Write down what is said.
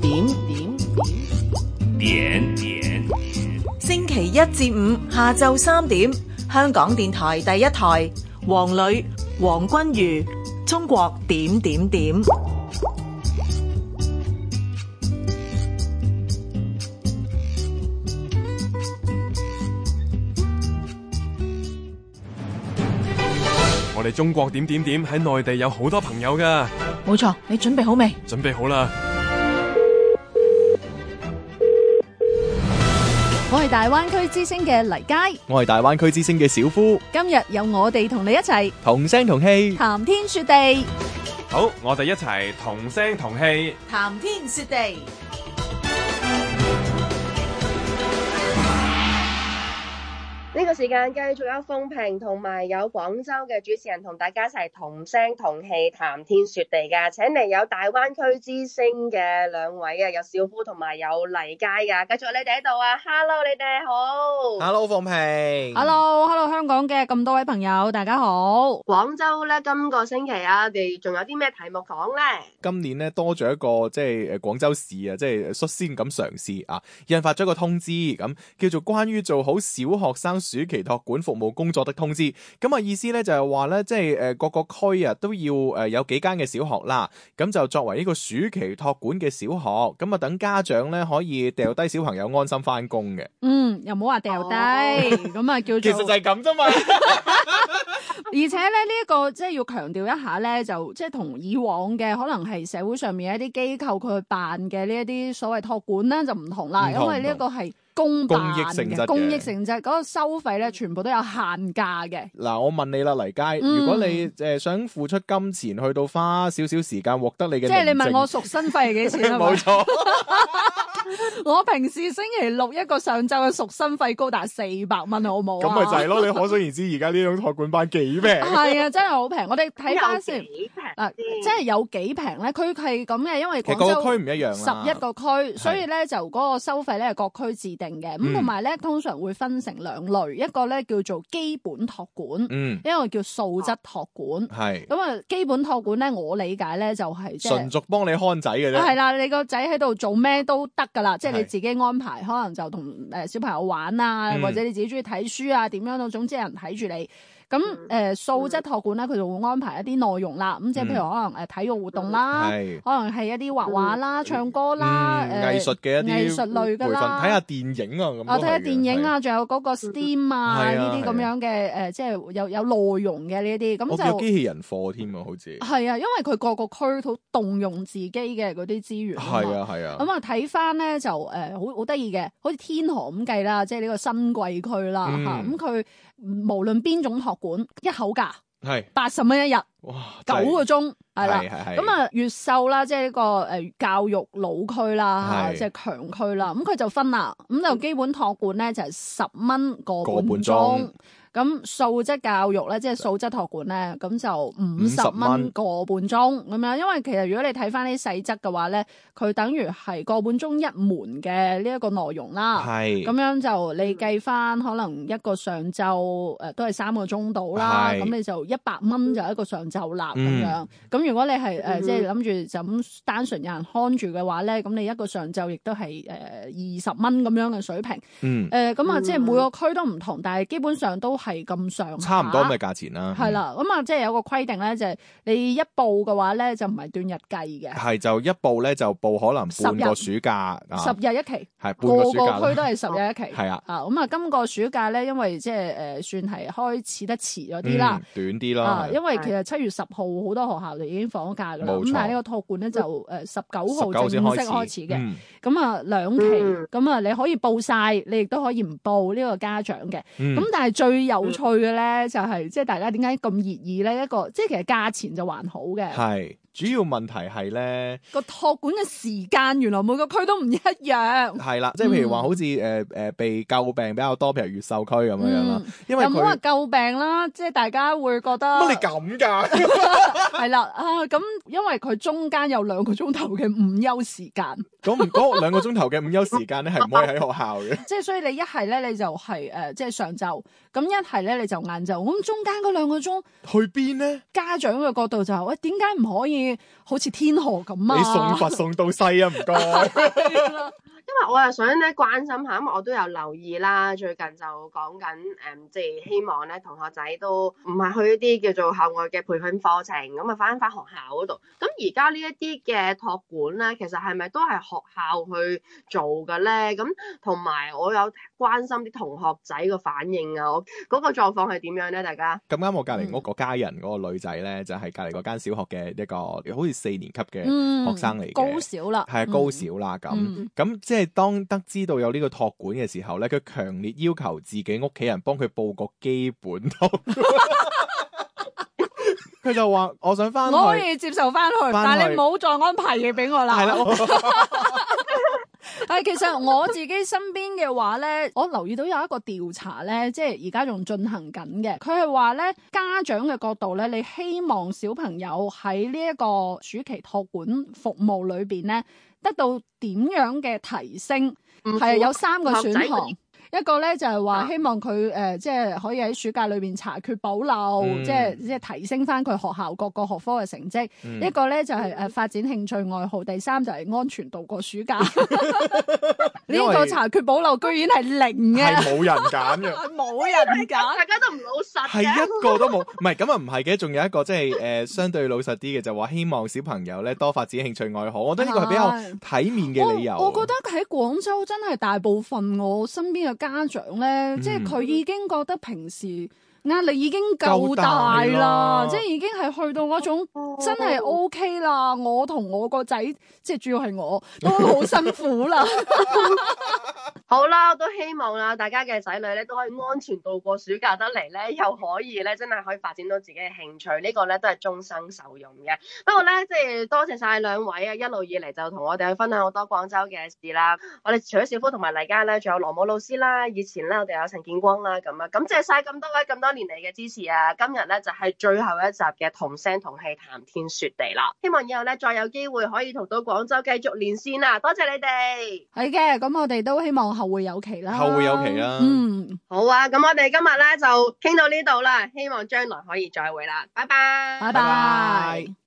點點點點星期一至五下晝三點，香港電台第一台，黃磊、黃君如，中國點點點。我哋中國點點點喺內地有好多朋友噶，冇錯，你準備好未？準備好啦！我係大灣區之星嘅黎佳，我係大灣區之星嘅小夫，今日有我哋同你一齊同聲同氣，談天說地，好，我哋一齊同聲同氣。談天說地，呢個時間繼續有風評同埋有廣州嘅主持人同大家一齊同聲同氣談天說地嘅，請嚟有大灣區之星嘅兩位啊，有小夫同埋有黎佳噶，繼續你哋喺度啊，Hello 你哋好。 Hello，鳳平 Hello，Hello，香港嘅咁多位朋友，大家好。廣州咧，今個星期啊，我哋仲有啲咩題目講咧？今年咧多咗一個即係誒廣州市啊，即係率先咁嘗試啊，印發咗一個通知咁，叫做關於做好小學生暑期託管服務工作的通知。咁啊意思咧就係話咧，即係誒各個區啊都要誒有幾間嘅小學啦，咁就作為呢個暑期託管嘅小學，咁啊等家長咧可以掉低小朋友安心翻工嘅。嗯，又唔好話掉低，咁啊叫哦其實就做，係咁啫 嘛。而且咧呢一個即係要強調一下咧，就即係同以往嘅可能係社會上面一啲機構佢去辦嘅呢一啲所謂託管咧就唔同啦，唔因同為呢一個係公公辦益性質嘅嘅嗯公益性質，嗰個收費咧全部都有限價嘅。嗱，我問你啦，黎佳，嗯如果你誒想付出金錢去到花少少時間獲得你嘅寧靜，即係你問我贖身費係幾錢啊？冇錯，我平時星期六一個上晝嘅贖身費高達四百蚊，好冇咁啊？咪就係咯。你可想而知，而家呢種托管班幾平。係啊，真係好平。我哋睇翻有先，幾平嗱，先啊即係有幾平咧？佢係咁嘅，因為其實廣個個州區唔啊一樣啦，十一個區，所以咧就嗰個收費咧係各區制定嘅。咁嗯同埋咧，通常會分成兩類，一個咧叫做基本託管，嗯，一個叫素質託管。係咁啊，基本託管咧，我理解咧就係即係純。屬幫你看仔嘅哦係啫。啦，你個仔喺度做咩都得㗎啦，即係你係自己安排，可能就同誒小朋友玩啊，嗯或者你自己中意睇書啊，點樣都，總之有人睇住你。咁嗯誒、素質托管咧，佢就會安排一啲內容啦，咁即係譬如可能誒呃體育活動啦，嗯係可能係一啲畫畫啦、唱歌啦、誒、嗯藝術嘅一藝啲術類培㗎訓，啦，睇下電影啊咁都係嘅。我睇下電影啊，仲有嗰個 STEAM 啊係啊呢啲咁係樣嘅誒、即係有有內容嘅呢一啲，係，我咁叫就機器人課添啊，好似係啊，因為佢各個區都動用自己嘅嗰啲資源嘛係啊係啊。咁啊，睇翻咧就誒、呃好好得意嘅，好似天河咁計啦，即係呢個新貴區啦嗯嚇。咁佢、無論邊種託管，一口價係八十蚊一日，哇，九個鐘啊係啦。係係咁啊，越秀啦，即係呢個誒教育老區啦嚇，係即係強區啦。咁佢就分啦，咁就基本託管咧就係十蚊個個半半鐘鐘。咁素質教育咧，即係素質託管咧，咁就五十50蚊蚊個半鐘咁樣。因為其實如果你睇翻啲細則嘅話咧，佢等於係個半鐘一門嘅呢一個內容啦。係咁樣就你計翻可能一個上晝誒、呃都係三個鐘到啦，係咁你就一百蚊就一個上晝啦咁、嗯樣。咁如果你係誒、呃嗯即係諗住就咁單純有人看住嘅話咧，咁你一個上晝亦都係誒二十蚊咁樣嘅水平。嗯。誒咁啊，即係嗯每個區都唔同，但係基本上都係咁上下差唔多咁嘅價錢啦，係啦，咁啊，即係有個規定咧，就係、你一報嘅話咧，就唔係斷日計嘅，係就一步咧就報可能半個暑假啊，十日一期，係半個個暑假個啦，區都係十日一期。 係啊，啊，咁啊，今個暑假咧，因為即係誒算係開始得遲咗啲啦嗯，短啲啊啦，，因為其實七月十號好多學校就已經放咗假㗎啦，冇咁錯哦但係呢個託管咧就誒十九號十九正式先嗯開始嘅。嘅，咁啊兩期，嗯咁啊你可以報晒，你亦都可以唔報呢個家長嘅。嗯咁但係最有趣嘅咧，就係即係大家點解咁熱議咧？一個即係其實價錢就還好嘅，係主要問題係咧，個託管嘅時間原來每個區都唔一樣，係啦，即係譬嗯如話好似誒誒被詬病比較多，譬如越秀區咁樣樣啦嗯，因又為唔好話佢救病啦，即係大家會覺得乜你咁㗎？ 係啦啊咁，因為佢中間有兩個鐘頭嘅午休時間，咁唔嗰兩個鐘頭嘅午休時間咧，係唔可以喺學校 嘅。即係所以你一係咧你就係、誒、即係上晝，咁一係咧你就晏晝，咁中間嗰兩個鐘，去邊咧？家長嘅角度就係喂點解唔可以好似天河咁啊？你送佛送到西啊，唔該。 因為我又想咧關心下，因為我都有留意啦，最近就講緊誒，嗯即係希望咧同學仔都唔係去一啲叫做校外嘅培訓課程，咁啊翻翻學校嗰度。咁而家呢一啲嘅托管咧，其實係咪都係學校去做嘅咧？咁同埋我有關心啲同學仔個反應啊，我嗰個狀況係點樣咧？大家咁啱我隔嗯離屋嗰家人嗰個女仔咧，就係隔離嗰間小學嘅一個好似四年級嘅嗯學生嚟嘅高少啦，係啊高小啦咁。嗯咁即係當得知道有呢個托管嘅時候咧，佢強烈要求自己屋企人幫佢報個基本托。 佢就話：我想翻嗯我可去。以接受翻去，但係你唔好再安排嘢俾我啦。係啦， 我係其實我自己身邊嘅話咧， 我留意到有一個調查咧，即係而家仲進行緊嘅。佢係話咧，家長嘅角度咧，你希望小朋友喺呢一個暑期托管服務裏邊咧，得到點樣嘅提升？唔係啊，符有三個學仔選嗰項啲。一個咧就係話啊希望佢誒、呃即係可以喺暑假裏邊查缺補漏，嗯即係即係提升翻佢學校各個學科嘅成績。嗯一個咧就係、誒發展興趣愛好，第三就係安全度過暑假。呢因為個查缺補漏居然係零啊係嘅，冇人揀嘅。 冇人揀。大家都唔老實係嘅。一個都冇，唔係咁啊，唔係嘅，仲有一個即係誒相對老實啲嘅，就話希望小朋友咧多發展興趣愛好，我覺得呢個係比較體面嘅理由。啊我我覺得喺廣州真係大部分我身邊嘅家長嗯咧，即係佢已經覺得平時壓力已經夠大夠大啦啦，即係已經係去到嗰種真係 O K 啦。我同我個仔，即係主要係我都好辛苦啦。好啦，我都希望啦，大家嘅仔女咧都可以安全度過暑假得嚟咧，又可以咧真係可以發展到自己嘅興趣，呢、個咧都係終生受用嘅。不過咧，即係多謝晒兩位啊，一路以嚟就同我哋去分享好多廣州嘅事啦。我哋除咗小夫同埋黎家咧，仲有羅姆老師啦，以前咧我哋有陳建光啦，咁啊，咁謝晒咁多位咁多年嚟嘅支持啊！今日咧就係、最後一集嘅同聲同氣談天說地啦，希望以後咧再有機會可以同到廣州繼續連線啦，多謝你哋。係嘅，咁我哋都希望後會有期啦。後會有期啦嗯，好啊，咁我哋今日咧就傾到呢度啦，希望將來可以再會啦，拜拜。拜拜拜拜。